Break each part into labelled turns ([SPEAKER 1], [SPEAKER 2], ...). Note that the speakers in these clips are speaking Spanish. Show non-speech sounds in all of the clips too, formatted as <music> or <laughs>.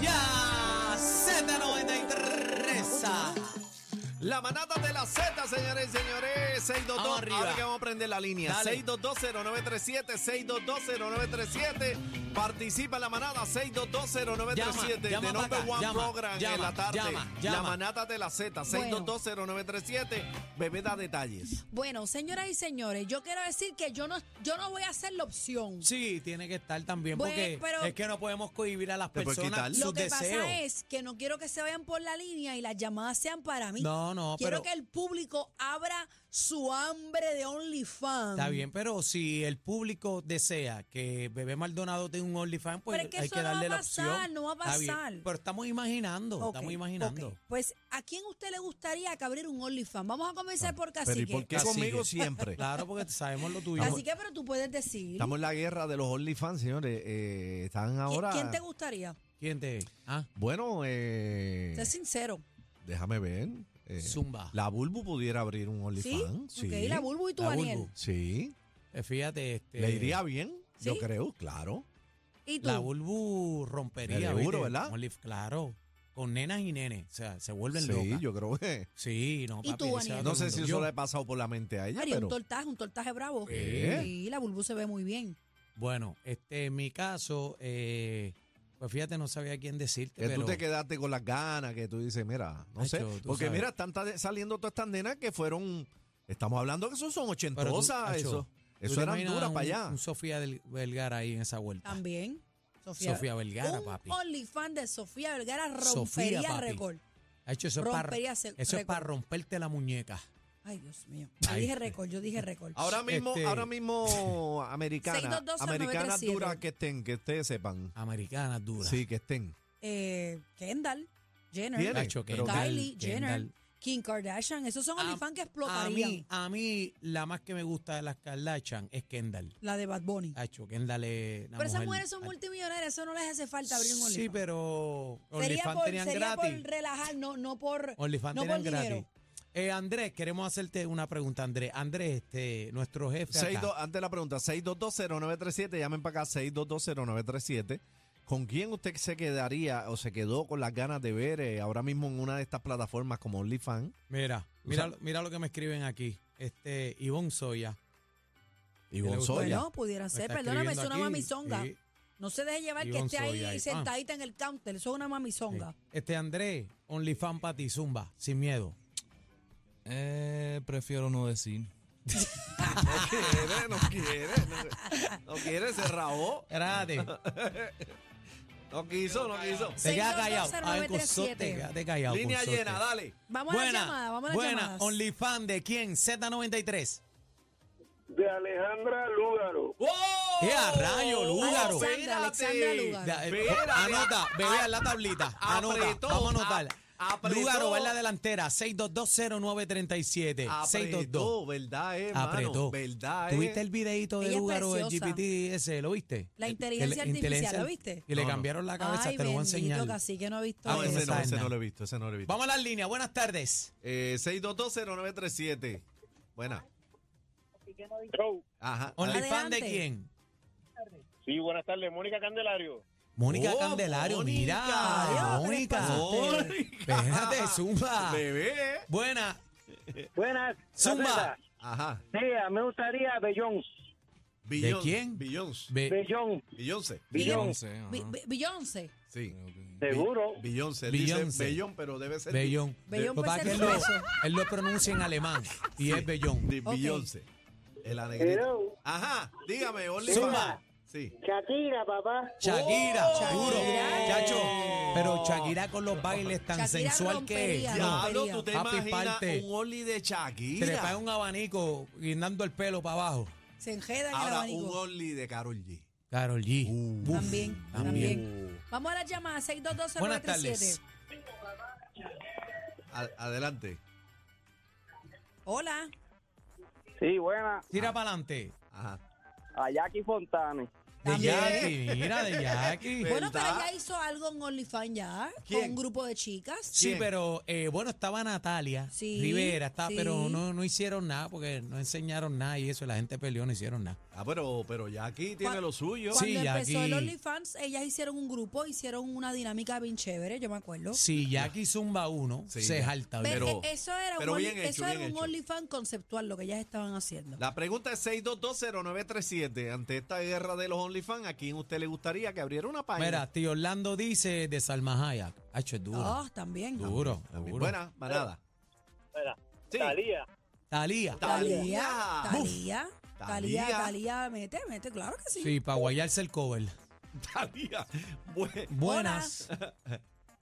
[SPEAKER 1] Ya, Z93.
[SPEAKER 2] La manada de la Z, señores y señores. 622.
[SPEAKER 1] Vamos arriba.
[SPEAKER 2] Ahora que vamos a prender la línea.
[SPEAKER 1] Dale.
[SPEAKER 2] 6220937. 6220937. Participa en la manada. 6220937.
[SPEAKER 1] Llama,
[SPEAKER 2] de
[SPEAKER 1] llama
[SPEAKER 2] Number
[SPEAKER 1] para acá,
[SPEAKER 2] One
[SPEAKER 1] llama,
[SPEAKER 2] Program en
[SPEAKER 1] llama,
[SPEAKER 2] la tarde.
[SPEAKER 1] llama,
[SPEAKER 2] La
[SPEAKER 1] llama.
[SPEAKER 2] manada de la Z. 6220937. Bebé da detalles.
[SPEAKER 3] Bueno, señoras y señores, yo quiero decir que yo no, yo no voy a hacer la opción.
[SPEAKER 1] Sí, tiene que estar también
[SPEAKER 3] Bueno,
[SPEAKER 1] porque
[SPEAKER 3] Pues, pero-
[SPEAKER 1] es que no podemos cohibir a las
[SPEAKER 2] Te puede
[SPEAKER 1] personas
[SPEAKER 2] quitar.
[SPEAKER 1] sus
[SPEAKER 3] Lo que
[SPEAKER 1] deseos.
[SPEAKER 3] pasa es que no quiero que se vayan por la línea y las llamadas sean para mí.
[SPEAKER 1] No, no,
[SPEAKER 3] Quiero
[SPEAKER 1] pero-
[SPEAKER 3] que el público abra su hambre de OnlyFans.
[SPEAKER 1] Está bien, pero si el público desea que Bebé Maldonado tenga un OnlyFans, pues
[SPEAKER 3] Pero es que
[SPEAKER 1] hay
[SPEAKER 3] eso
[SPEAKER 1] que
[SPEAKER 3] no va
[SPEAKER 1] darle
[SPEAKER 3] a
[SPEAKER 1] la
[SPEAKER 3] pasar,
[SPEAKER 1] opción.
[SPEAKER 3] no va a
[SPEAKER 1] Está bien,
[SPEAKER 3] pasar.
[SPEAKER 1] Pero estamos imaginando,
[SPEAKER 3] Ok,
[SPEAKER 1] estamos imaginando.
[SPEAKER 3] ok. Pues, ¿a quién usted le gustaría que abriera un OnlyFans? Vamos a
[SPEAKER 1] Ah,
[SPEAKER 3] comenzar por Cacique.
[SPEAKER 2] ¿y por qué
[SPEAKER 1] Cacique.
[SPEAKER 2] <laughs> conmigo siempre?
[SPEAKER 1] Claro, porque sabemos lo tuyo.
[SPEAKER 3] Cacique, pero tú puedes decir.
[SPEAKER 2] Estamos en la guerra de los OnlyFans, señores. Eh, están
[SPEAKER 3] ¿Qui-
[SPEAKER 2] ahora.
[SPEAKER 3] ¿Quién te gustaría?
[SPEAKER 1] ¿Quién te? Ah,
[SPEAKER 2] Bueno, eh,
[SPEAKER 3] Sé sincero.
[SPEAKER 2] déjame ver. eh,
[SPEAKER 1] Zumba.
[SPEAKER 2] La Bulbu pudiera abrir un
[SPEAKER 3] ¿Sí?
[SPEAKER 2] OnlyFans.
[SPEAKER 3] Ok, la Bulbu y tú,
[SPEAKER 1] La
[SPEAKER 3] Daniel.
[SPEAKER 1] Bulbu.
[SPEAKER 2] Sí.
[SPEAKER 1] eh, fíjate, este.
[SPEAKER 2] Le iría bien, yo
[SPEAKER 3] ¿Sí?
[SPEAKER 2] creo, claro.
[SPEAKER 3] ¿Y tú?
[SPEAKER 1] La Bulbu rompería.
[SPEAKER 2] Seguro,
[SPEAKER 1] ¿viste?
[SPEAKER 2] ¿verdad?
[SPEAKER 1] Con Onlyf- claro. Con nenas y nenes. O sea, se vuelven
[SPEAKER 2] Sí,
[SPEAKER 1] locas.
[SPEAKER 2] yo creo que.
[SPEAKER 1] Sí, no,
[SPEAKER 3] ¿Y
[SPEAKER 1] papi,
[SPEAKER 3] tú,
[SPEAKER 1] ese
[SPEAKER 3] Daniel?
[SPEAKER 1] va
[SPEAKER 2] No
[SPEAKER 1] todo
[SPEAKER 2] sé
[SPEAKER 1] el
[SPEAKER 2] si
[SPEAKER 1] mundo.
[SPEAKER 2] eso
[SPEAKER 1] Yo-
[SPEAKER 2] le ha pasado por la mente a ella,
[SPEAKER 3] Haría
[SPEAKER 2] pero.
[SPEAKER 3] un tortaje, un tortaje bravo.
[SPEAKER 1] Eh.
[SPEAKER 2] ¿Qué?
[SPEAKER 3] Sí, la Bulbu se ve muy bien.
[SPEAKER 1] Bueno, este, en mi caso, eh, pues fíjate, no sabía quién decirte,
[SPEAKER 2] Que
[SPEAKER 1] pero
[SPEAKER 2] tú te quedaste con las ganas, que tú dices, mira, no sé.
[SPEAKER 1] Acho, tú
[SPEAKER 2] Porque
[SPEAKER 1] sabes.
[SPEAKER 2] mira, están ta- saliendo todas estas nenas que fueron. Estamos hablando que eso son
[SPEAKER 1] Pero tú,
[SPEAKER 2] ochentosas,
[SPEAKER 1] acho,
[SPEAKER 2] eso.
[SPEAKER 1] ¿tú
[SPEAKER 2] Eso
[SPEAKER 1] te
[SPEAKER 2] eran
[SPEAKER 1] imaginas
[SPEAKER 2] duras
[SPEAKER 1] un-
[SPEAKER 2] para allá.
[SPEAKER 1] Un Sofía del- Vergara ahí en esa vuelta.
[SPEAKER 3] También. Sofía,
[SPEAKER 1] Sofía Vergara,
[SPEAKER 3] un
[SPEAKER 1] papi.
[SPEAKER 3] OnlyFans de Sofía Vergara
[SPEAKER 1] Sofía,
[SPEAKER 3] rompería
[SPEAKER 1] papi.
[SPEAKER 3] récord.
[SPEAKER 1] Ha hecho eso es para
[SPEAKER 3] Rompería ese
[SPEAKER 1] eso es
[SPEAKER 3] récord.
[SPEAKER 1] para romperte la muñeca.
[SPEAKER 3] Ay, Dios mío. Yo
[SPEAKER 1] Ahí.
[SPEAKER 3] dije récord, yo dije récord.
[SPEAKER 2] Ahora mismo,
[SPEAKER 1] Este- <laughs>
[SPEAKER 2] ahora mismo, americana.
[SPEAKER 3] 6220937.
[SPEAKER 2] Americanas duras que estén, que ustedes sepan.
[SPEAKER 1] Americana dura.
[SPEAKER 2] Sí, que estén.
[SPEAKER 3] Eh, Kendall, Jenner,
[SPEAKER 2] ¿Tiene?
[SPEAKER 1] Nacho,
[SPEAKER 2] Pero-
[SPEAKER 1] Kendall,
[SPEAKER 3] Kylie Jenner,
[SPEAKER 1] Kendall.
[SPEAKER 3] Kim Kardashian. Esos son
[SPEAKER 1] A-
[SPEAKER 3] OnlyFans que
[SPEAKER 1] A
[SPEAKER 3] explotarían.
[SPEAKER 1] mí, a mí, la más que me gusta de las Kardashian es Kendall.
[SPEAKER 3] La de Bad Bunny.
[SPEAKER 1] Hacho, Kendall es una
[SPEAKER 3] pero esas
[SPEAKER 1] mujer-
[SPEAKER 3] mujeres son multimillonarias, eso no les hace falta abrir un OnlyFans.
[SPEAKER 1] Sí, pero
[SPEAKER 3] Sería,
[SPEAKER 1] OnlyFans
[SPEAKER 3] por,
[SPEAKER 1] tenían
[SPEAKER 3] sería por
[SPEAKER 1] gratis.
[SPEAKER 3] relajar, no, no por,
[SPEAKER 1] OnlyFans
[SPEAKER 3] no por
[SPEAKER 1] tenían
[SPEAKER 3] dinero.
[SPEAKER 1] gratis. Eh, Andrés, queremos hacerte una pregunta, Andrés. Andrés, este, nuestro jefe acá.
[SPEAKER 2] 62 antes de la pregunta, 6220937, llamen para acá, 6220937. ¿Con quién usted se quedaría o se quedó con las ganas de ver eh, ahora mismo en una de estas plataformas como OnlyFans?
[SPEAKER 1] Mira, mira, mira lo que me escriben aquí. Este, Ivonne Soya.
[SPEAKER 2] Y
[SPEAKER 1] le gustó?
[SPEAKER 2] Gonzoya.
[SPEAKER 3] Bueno, pudiera
[SPEAKER 1] me
[SPEAKER 3] ser.
[SPEAKER 1] está
[SPEAKER 3] Perdóname,
[SPEAKER 1] escribiendo
[SPEAKER 3] es una
[SPEAKER 1] aquí.
[SPEAKER 3] mamizonga.
[SPEAKER 1] Sí,
[SPEAKER 3] No se deje llevar
[SPEAKER 1] Y
[SPEAKER 3] que esté
[SPEAKER 1] Gonzo,
[SPEAKER 3] ahí
[SPEAKER 1] y ahí, ah.
[SPEAKER 3] sentadita en el counter. Eso es una
[SPEAKER 1] sí.
[SPEAKER 3] mamizonga.
[SPEAKER 1] Este, Andrés, OnlyFan para ti, Zumba, sin miedo.
[SPEAKER 4] Eh, prefiero no decir.
[SPEAKER 2] No quiere, no quiere. No, no quiere, se rabó. <laughs>
[SPEAKER 1] Espérate,
[SPEAKER 2] No quiso, no quiso.
[SPEAKER 1] te quedas callado.
[SPEAKER 3] 6220937.
[SPEAKER 1] Ay, cosote, quédate callado.
[SPEAKER 2] Línea
[SPEAKER 1] cosote.
[SPEAKER 2] llena, dale.
[SPEAKER 3] Vamos a la llamada, vamos a la
[SPEAKER 1] buena.
[SPEAKER 3] llamada.
[SPEAKER 1] OnlyFan de quién? Z93.
[SPEAKER 5] de Alejandra Lúgaro.
[SPEAKER 2] ¡Wow!
[SPEAKER 1] ¡Qué a rayo, Lúgaro!
[SPEAKER 3] Alexandra, Alexandra Lúgaro.
[SPEAKER 1] Da- eh,
[SPEAKER 2] Espérate.
[SPEAKER 1] anota, bebé, haz la tablita. Anota,
[SPEAKER 2] Apretó,
[SPEAKER 1] vamos a anotar.
[SPEAKER 2] a- apretó.
[SPEAKER 1] Lúgaro va en la delantera, 6220937. 622.
[SPEAKER 2] Apretó, ¿verdad, eh, mano?
[SPEAKER 1] Apretó.
[SPEAKER 2] ¿Verdad, eh?
[SPEAKER 1] ¿Tuviste el videíto de
[SPEAKER 3] Ella es
[SPEAKER 1] Lugaro del
[SPEAKER 3] preciosa.
[SPEAKER 1] GPT ese? ¿Lo viste?
[SPEAKER 3] La
[SPEAKER 1] El-
[SPEAKER 3] inteligencia
[SPEAKER 1] que le-
[SPEAKER 3] artificial, ¿lo viste?
[SPEAKER 1] Y le
[SPEAKER 2] No, no.
[SPEAKER 1] cambiaron la cabeza,
[SPEAKER 3] Ay,
[SPEAKER 1] te lo voy a
[SPEAKER 3] bendito,
[SPEAKER 1] enseñar.
[SPEAKER 3] cacique, no he visto
[SPEAKER 2] No,
[SPEAKER 1] Ah,
[SPEAKER 2] ese
[SPEAKER 3] eso.
[SPEAKER 2] no,
[SPEAKER 1] esa
[SPEAKER 2] ese
[SPEAKER 1] es
[SPEAKER 2] no
[SPEAKER 1] na.
[SPEAKER 2] lo he visto, ese no lo he visto.
[SPEAKER 1] Vamos a las líneas, buenas tardes.
[SPEAKER 2] Eh, 6220937. Buena. Ajá.
[SPEAKER 1] ¿OnlyFan de
[SPEAKER 3] Adelante.
[SPEAKER 1] quién?
[SPEAKER 5] Sí, buenas tardes, Mónica Candelario.
[SPEAKER 1] Mónica
[SPEAKER 2] Oh,
[SPEAKER 1] Candelario, mira.
[SPEAKER 2] Mónica.
[SPEAKER 1] Mónica.
[SPEAKER 2] Mónica.
[SPEAKER 1] Espérate, Zumba.
[SPEAKER 2] Bebé.
[SPEAKER 1] Buena.
[SPEAKER 5] Buenas.
[SPEAKER 1] Zumba.
[SPEAKER 2] Ajá.
[SPEAKER 5] Sí, a mí me gustaría Bellón.
[SPEAKER 2] Beyoncé.
[SPEAKER 1] quién?
[SPEAKER 2] Beyoncé.
[SPEAKER 1] Be-
[SPEAKER 5] Bellón,
[SPEAKER 2] Beyoncé.
[SPEAKER 5] Billón.
[SPEAKER 4] Once, ajá.
[SPEAKER 2] ah.
[SPEAKER 3] Bi- bi- Beyoncé.
[SPEAKER 2] Sí.
[SPEAKER 5] seguro.
[SPEAKER 2] Beyoncé. Él Dice
[SPEAKER 1] Beyoncé.
[SPEAKER 2] Bellón, pero debe ser.
[SPEAKER 1] Bellón.
[SPEAKER 3] Bellón
[SPEAKER 1] Lo que pasa
[SPEAKER 3] puede
[SPEAKER 1] es
[SPEAKER 3] ser
[SPEAKER 1] que él
[SPEAKER 3] ruso.
[SPEAKER 1] lo, él lo pronuncia en alemán y es Bellón.
[SPEAKER 2] de
[SPEAKER 3] Ok.
[SPEAKER 2] Beyoncé. El la negrita.
[SPEAKER 5] Hello,
[SPEAKER 2] Ajá. Dígame, Oliva.
[SPEAKER 1] Zumba.
[SPEAKER 2] Sí.
[SPEAKER 5] Shakira, papá.
[SPEAKER 1] Shakira,
[SPEAKER 2] Oh.
[SPEAKER 1] duro.
[SPEAKER 3] Shakira.
[SPEAKER 1] Chacho, pero Shakira con los bailes tan
[SPEAKER 3] Shakira
[SPEAKER 1] sensual que es.
[SPEAKER 3] rompería,
[SPEAKER 1] no.
[SPEAKER 2] Diablo,
[SPEAKER 3] quería.
[SPEAKER 2] tú te
[SPEAKER 1] Papi,
[SPEAKER 2] imaginas
[SPEAKER 1] parte.
[SPEAKER 2] un Oli de
[SPEAKER 1] Se le
[SPEAKER 2] Shakira.
[SPEAKER 1] paga un abanico guindando el pelo para abajo.
[SPEAKER 3] Se enjeda en el
[SPEAKER 2] Ahora un
[SPEAKER 3] abanico.
[SPEAKER 2] Oli de Karol G. Uh,
[SPEAKER 1] Carol G. Uf,
[SPEAKER 3] Uh. También, también. Vamos a la llamada 6220937.
[SPEAKER 1] Buenas tardes.
[SPEAKER 2] Ad- adelante.
[SPEAKER 3] Hola.
[SPEAKER 5] Sí, buena.
[SPEAKER 1] Tira para adelante.
[SPEAKER 2] Ajá.
[SPEAKER 5] A Jackie Fontane.
[SPEAKER 1] De
[SPEAKER 3] También.
[SPEAKER 1] Jackie, mira, de
[SPEAKER 3] <laughs>
[SPEAKER 1] Jackie.
[SPEAKER 2] ¿Verdad?
[SPEAKER 3] Bueno, pero ella hizo algo en OnlyFans ya.
[SPEAKER 2] ¿Quién?
[SPEAKER 3] Con un grupo de chicas.
[SPEAKER 1] Sí,
[SPEAKER 2] ¿Quién?
[SPEAKER 1] pero eh, bueno, estaba Natalia
[SPEAKER 3] Sí,
[SPEAKER 1] Rivera, estaba,
[SPEAKER 3] sí.
[SPEAKER 1] pero no, no hicieron nada porque no enseñaron nada y eso, la gente peleó, no hicieron nada.
[SPEAKER 2] Ah, pero, pero ya aquí tiene
[SPEAKER 3] Cuan-
[SPEAKER 2] lo suyo.
[SPEAKER 3] Cuando
[SPEAKER 1] Sí,
[SPEAKER 3] empezó
[SPEAKER 1] aquí-
[SPEAKER 3] el OnlyFans, ellas hicieron un grupo, hicieron una dinámica bien chévere, yo me acuerdo.
[SPEAKER 1] Si Jackie zumba uno,
[SPEAKER 2] Sí,
[SPEAKER 1] se
[SPEAKER 2] ya.
[SPEAKER 1] jalta.
[SPEAKER 3] Ve,
[SPEAKER 1] ¿verdad?
[SPEAKER 2] Pero-
[SPEAKER 3] eh, eso era
[SPEAKER 2] pero
[SPEAKER 3] un,
[SPEAKER 2] bien
[SPEAKER 3] only-
[SPEAKER 2] hecho,
[SPEAKER 3] eso
[SPEAKER 2] bien
[SPEAKER 3] era un
[SPEAKER 2] hecho.
[SPEAKER 3] OnlyFans conceptual, lo que ellas estaban haciendo.
[SPEAKER 2] La pregunta es 6220937. Ante esta guerra de los OnlyFans, ¿a quién usted le gustaría que abriera una página?
[SPEAKER 1] Mira, tío Orlando dice de Salma Hayek. Hacho, es duro.
[SPEAKER 3] Ah, también.
[SPEAKER 1] Duro,
[SPEAKER 2] Oh, También.
[SPEAKER 1] duro.
[SPEAKER 2] Buena, manada.
[SPEAKER 3] Eh,
[SPEAKER 5] Espera.
[SPEAKER 2] Sí.
[SPEAKER 5] Talía.
[SPEAKER 1] Talía.
[SPEAKER 3] Talía,
[SPEAKER 2] Talía.
[SPEAKER 3] Talía, Talía,
[SPEAKER 2] Talía.
[SPEAKER 3] Talía, mete, mete, claro que sí.
[SPEAKER 1] Sí, para guayarse el cover.
[SPEAKER 2] Talía. Bue-
[SPEAKER 1] Buenas.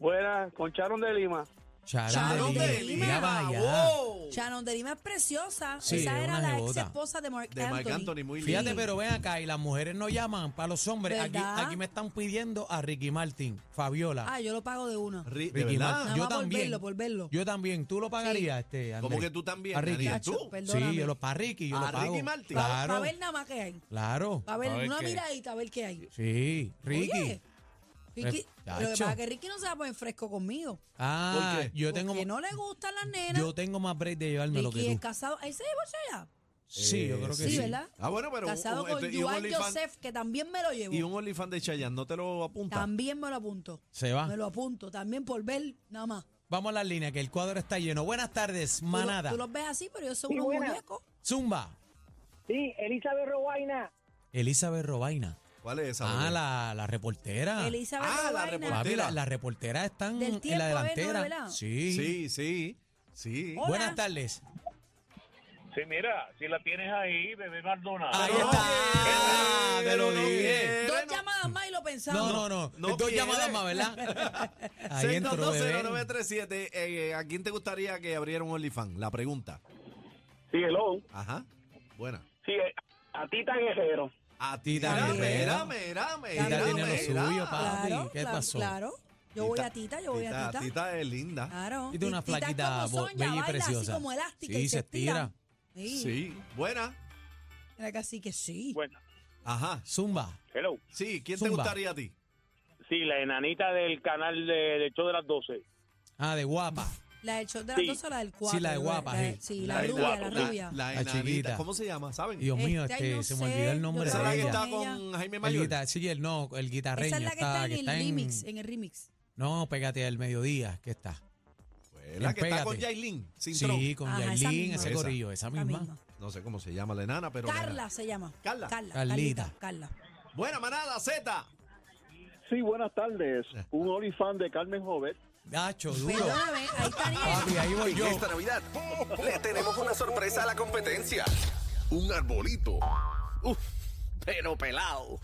[SPEAKER 5] Buena, con Charon de Lima.
[SPEAKER 1] Charón
[SPEAKER 3] Charón
[SPEAKER 1] de
[SPEAKER 3] de
[SPEAKER 1] Lima.
[SPEAKER 3] Lima.
[SPEAKER 1] Mira, vaya.
[SPEAKER 2] Wow.
[SPEAKER 3] Shannon de Lima es preciosa.
[SPEAKER 1] Sí,
[SPEAKER 3] Esa
[SPEAKER 1] es
[SPEAKER 3] era
[SPEAKER 1] una
[SPEAKER 3] la ex
[SPEAKER 1] jebota.
[SPEAKER 3] esposa de Mark
[SPEAKER 2] De Marc Anthony, muy lindo.
[SPEAKER 1] Fíjate, pero ven acá, y las mujeres no llaman para los hombres. Aquí,
[SPEAKER 3] ¿Verdad?
[SPEAKER 1] aquí me están pidiendo a Ricky Martin, Fabiola.
[SPEAKER 3] Ah, yo lo pago de una.
[SPEAKER 2] Ri- de
[SPEAKER 1] Ricky
[SPEAKER 2] verdad.
[SPEAKER 1] Martin.
[SPEAKER 3] Nada
[SPEAKER 1] Yo
[SPEAKER 3] más por
[SPEAKER 1] también.
[SPEAKER 3] verlo, por verlo.
[SPEAKER 1] Yo también. ¿Tú lo pagarías, este,
[SPEAKER 2] ¿Cómo
[SPEAKER 1] Andrés?
[SPEAKER 2] que tú también,
[SPEAKER 1] A Ricky.
[SPEAKER 2] Daniel?
[SPEAKER 3] Chacho,
[SPEAKER 2] ¿Tú?
[SPEAKER 3] perdóname.
[SPEAKER 1] Sí, yo lo, para Ricky yo
[SPEAKER 2] ¿A
[SPEAKER 1] lo pago.
[SPEAKER 2] Ricky Martin?
[SPEAKER 3] Pa-
[SPEAKER 1] Claro,
[SPEAKER 3] pa' ver nada más que hay.
[SPEAKER 1] claro.
[SPEAKER 3] Para ver,
[SPEAKER 4] Pa' ver
[SPEAKER 3] una
[SPEAKER 4] qué.
[SPEAKER 3] miradita, a ver qué hay.
[SPEAKER 1] Sí, Ricky.
[SPEAKER 3] Oye, Ricky,
[SPEAKER 1] Chacho.
[SPEAKER 3] lo que pasa es que Ricky no se va a poner fresco conmigo.
[SPEAKER 1] Ah,
[SPEAKER 2] ¿Por qué?
[SPEAKER 1] yo tengo,
[SPEAKER 3] porque no le gustan las nenas.
[SPEAKER 1] yo tengo más break de llevarme lo
[SPEAKER 3] Ricky
[SPEAKER 1] que
[SPEAKER 3] es
[SPEAKER 1] tú.
[SPEAKER 3] casado. Él se divorció ya.
[SPEAKER 1] Sí, yo
[SPEAKER 2] Eh,
[SPEAKER 1] creo que sí.
[SPEAKER 3] sí, ¿verdad?
[SPEAKER 2] Ah, bueno, pero. un-
[SPEAKER 3] casado
[SPEAKER 2] un-
[SPEAKER 3] con
[SPEAKER 2] este, y un
[SPEAKER 3] Joan
[SPEAKER 2] OnlyFans-
[SPEAKER 3] Joseph, que también me lo llevó.
[SPEAKER 2] Y un OnlyFans de Chayanne, ¿no te lo apunta?
[SPEAKER 3] También me lo apunto.
[SPEAKER 1] Se va.
[SPEAKER 3] Me lo apunto. También por ver, nada más.
[SPEAKER 1] Vamos a la línea, que el cuadro está lleno. Buenas tardes,
[SPEAKER 3] Tú lo-
[SPEAKER 1] manada.
[SPEAKER 3] Tú, los ves así, pero yo soy
[SPEAKER 5] Sí,
[SPEAKER 3] unos
[SPEAKER 5] buena.
[SPEAKER 3] muñecos.
[SPEAKER 1] Zumba.
[SPEAKER 5] Sí, Elizabeth Robaina.
[SPEAKER 1] Elizabeth Robaina.
[SPEAKER 2] ¿Cuál es esa?
[SPEAKER 1] Ah,
[SPEAKER 2] bebé?
[SPEAKER 1] la, la reportera.
[SPEAKER 3] Elizabeth
[SPEAKER 2] Ah, la
[SPEAKER 3] Robaina.
[SPEAKER 2] reportera.
[SPEAKER 1] Papi, la- las reporteras están
[SPEAKER 3] Del
[SPEAKER 1] en
[SPEAKER 3] tiempo,
[SPEAKER 1] la
[SPEAKER 3] ¿eh? ¿No,
[SPEAKER 1] delantera.
[SPEAKER 3] verdad?
[SPEAKER 1] sí.
[SPEAKER 2] Sí, sí, sí.
[SPEAKER 3] Hola.
[SPEAKER 1] Buenas tardes.
[SPEAKER 6] Sí, mira, si la tienes ahí, bebé Maldonado.
[SPEAKER 1] Ahí
[SPEAKER 2] Pero no
[SPEAKER 1] está.
[SPEAKER 2] quiere, pero no
[SPEAKER 1] Qué bien.
[SPEAKER 2] quiere.
[SPEAKER 3] Dos
[SPEAKER 2] Bueno,
[SPEAKER 3] llamadas más y lo pensamos.
[SPEAKER 1] No, no, no.
[SPEAKER 2] no
[SPEAKER 1] Dos
[SPEAKER 2] quiere.
[SPEAKER 1] llamadas más, ¿verdad? <laughs> Ahí entró, bebé.
[SPEAKER 2] 6220937, eh, ¿A quién te gustaría que abriera un OnlyFans? La pregunta.
[SPEAKER 5] Sí, hello.
[SPEAKER 2] Ajá. Buena.
[SPEAKER 5] Sí, eh, a Tita Guerrero.
[SPEAKER 2] A
[SPEAKER 1] ti, Daniel.
[SPEAKER 2] Mira, mira, mira.
[SPEAKER 3] Tita
[SPEAKER 1] tiene lo
[SPEAKER 2] mira.
[SPEAKER 1] suyo, pa. Papi,
[SPEAKER 3] Claro,
[SPEAKER 1] ¿qué
[SPEAKER 3] claro,
[SPEAKER 1] pasó?
[SPEAKER 3] claro. Yo voy a Tita, yo voy a Tita.
[SPEAKER 2] Tita es linda.
[SPEAKER 3] Claro.
[SPEAKER 1] Y de una
[SPEAKER 3] Tita es
[SPEAKER 1] flaquita
[SPEAKER 3] como son,
[SPEAKER 1] bo-
[SPEAKER 3] ya
[SPEAKER 1] bella y
[SPEAKER 3] baila Así
[SPEAKER 1] preciosa.
[SPEAKER 3] como elástica
[SPEAKER 1] Sí,
[SPEAKER 3] y
[SPEAKER 1] se
[SPEAKER 3] se estira.
[SPEAKER 1] estira.
[SPEAKER 3] Sí.
[SPEAKER 2] Sí. Buena.
[SPEAKER 3] Mira que así que sí.
[SPEAKER 5] Bueno,
[SPEAKER 2] Ajá.
[SPEAKER 1] Zumba.
[SPEAKER 6] Hello.
[SPEAKER 2] Sí, ¿quién te
[SPEAKER 1] Zumba.
[SPEAKER 2] gustaría a ti?
[SPEAKER 6] Sí, la enanita del canal de, del show de las 12.
[SPEAKER 1] Ah, de guapa.
[SPEAKER 3] La del show de
[SPEAKER 6] Sí.
[SPEAKER 3] las dos o la del cuatro.
[SPEAKER 1] la de
[SPEAKER 3] ¿verdad?
[SPEAKER 1] guapa, eh.
[SPEAKER 3] La-
[SPEAKER 1] sí.
[SPEAKER 3] Sí, la,
[SPEAKER 2] de
[SPEAKER 3] rubia,
[SPEAKER 6] guapa,
[SPEAKER 3] la
[SPEAKER 6] la-
[SPEAKER 3] rubia.
[SPEAKER 2] La
[SPEAKER 1] La
[SPEAKER 2] enanita.
[SPEAKER 1] chiquita.
[SPEAKER 2] ¿Cómo se llama? ¿Saben?
[SPEAKER 1] Dios mío,
[SPEAKER 3] Este,
[SPEAKER 1] este,
[SPEAKER 3] ay, no
[SPEAKER 1] se me
[SPEAKER 3] sé,
[SPEAKER 1] olvidó el
[SPEAKER 3] yo
[SPEAKER 1] nombre
[SPEAKER 2] Esa es la
[SPEAKER 1] de
[SPEAKER 2] que
[SPEAKER 3] creo
[SPEAKER 1] ella.
[SPEAKER 2] está
[SPEAKER 3] ella.
[SPEAKER 2] con Jaime
[SPEAKER 1] El
[SPEAKER 2] Mayor.
[SPEAKER 1] guita- sí, el no, el guitarreño
[SPEAKER 3] Esa es la que está en el
[SPEAKER 1] está en-
[SPEAKER 3] remix, eh. en el remix.
[SPEAKER 1] No, pégate al mediodía, que está.
[SPEAKER 2] Pues la que está con
[SPEAKER 1] Pégate.
[SPEAKER 2] Yailin, sin
[SPEAKER 1] Sí,
[SPEAKER 2] tron.
[SPEAKER 1] con
[SPEAKER 3] Ajá, esa
[SPEAKER 1] Yailin,
[SPEAKER 3] misma.
[SPEAKER 1] ese
[SPEAKER 2] Esa.
[SPEAKER 1] corillo, esa
[SPEAKER 3] La
[SPEAKER 1] misma.
[SPEAKER 3] misma.
[SPEAKER 2] No sé cómo se llama la enana, pero.
[SPEAKER 3] Carla se llama.
[SPEAKER 2] Carla.
[SPEAKER 3] Carla.
[SPEAKER 1] Carlita.
[SPEAKER 3] Carlita. Carla.
[SPEAKER 2] Buena manada, Z.
[SPEAKER 7] Sí, buenas tardes. Un OnlyFans de Carmen Jovet.
[SPEAKER 1] Gacho, duro.
[SPEAKER 3] Perdóname, ahí está
[SPEAKER 1] <laughs>
[SPEAKER 3] Ariel.
[SPEAKER 1] Papi, ahí voy yo.
[SPEAKER 2] Este
[SPEAKER 8] Esta Navidad le tenemos una sorpresa a la competencia. Un arbolito. Uf, pero pelado.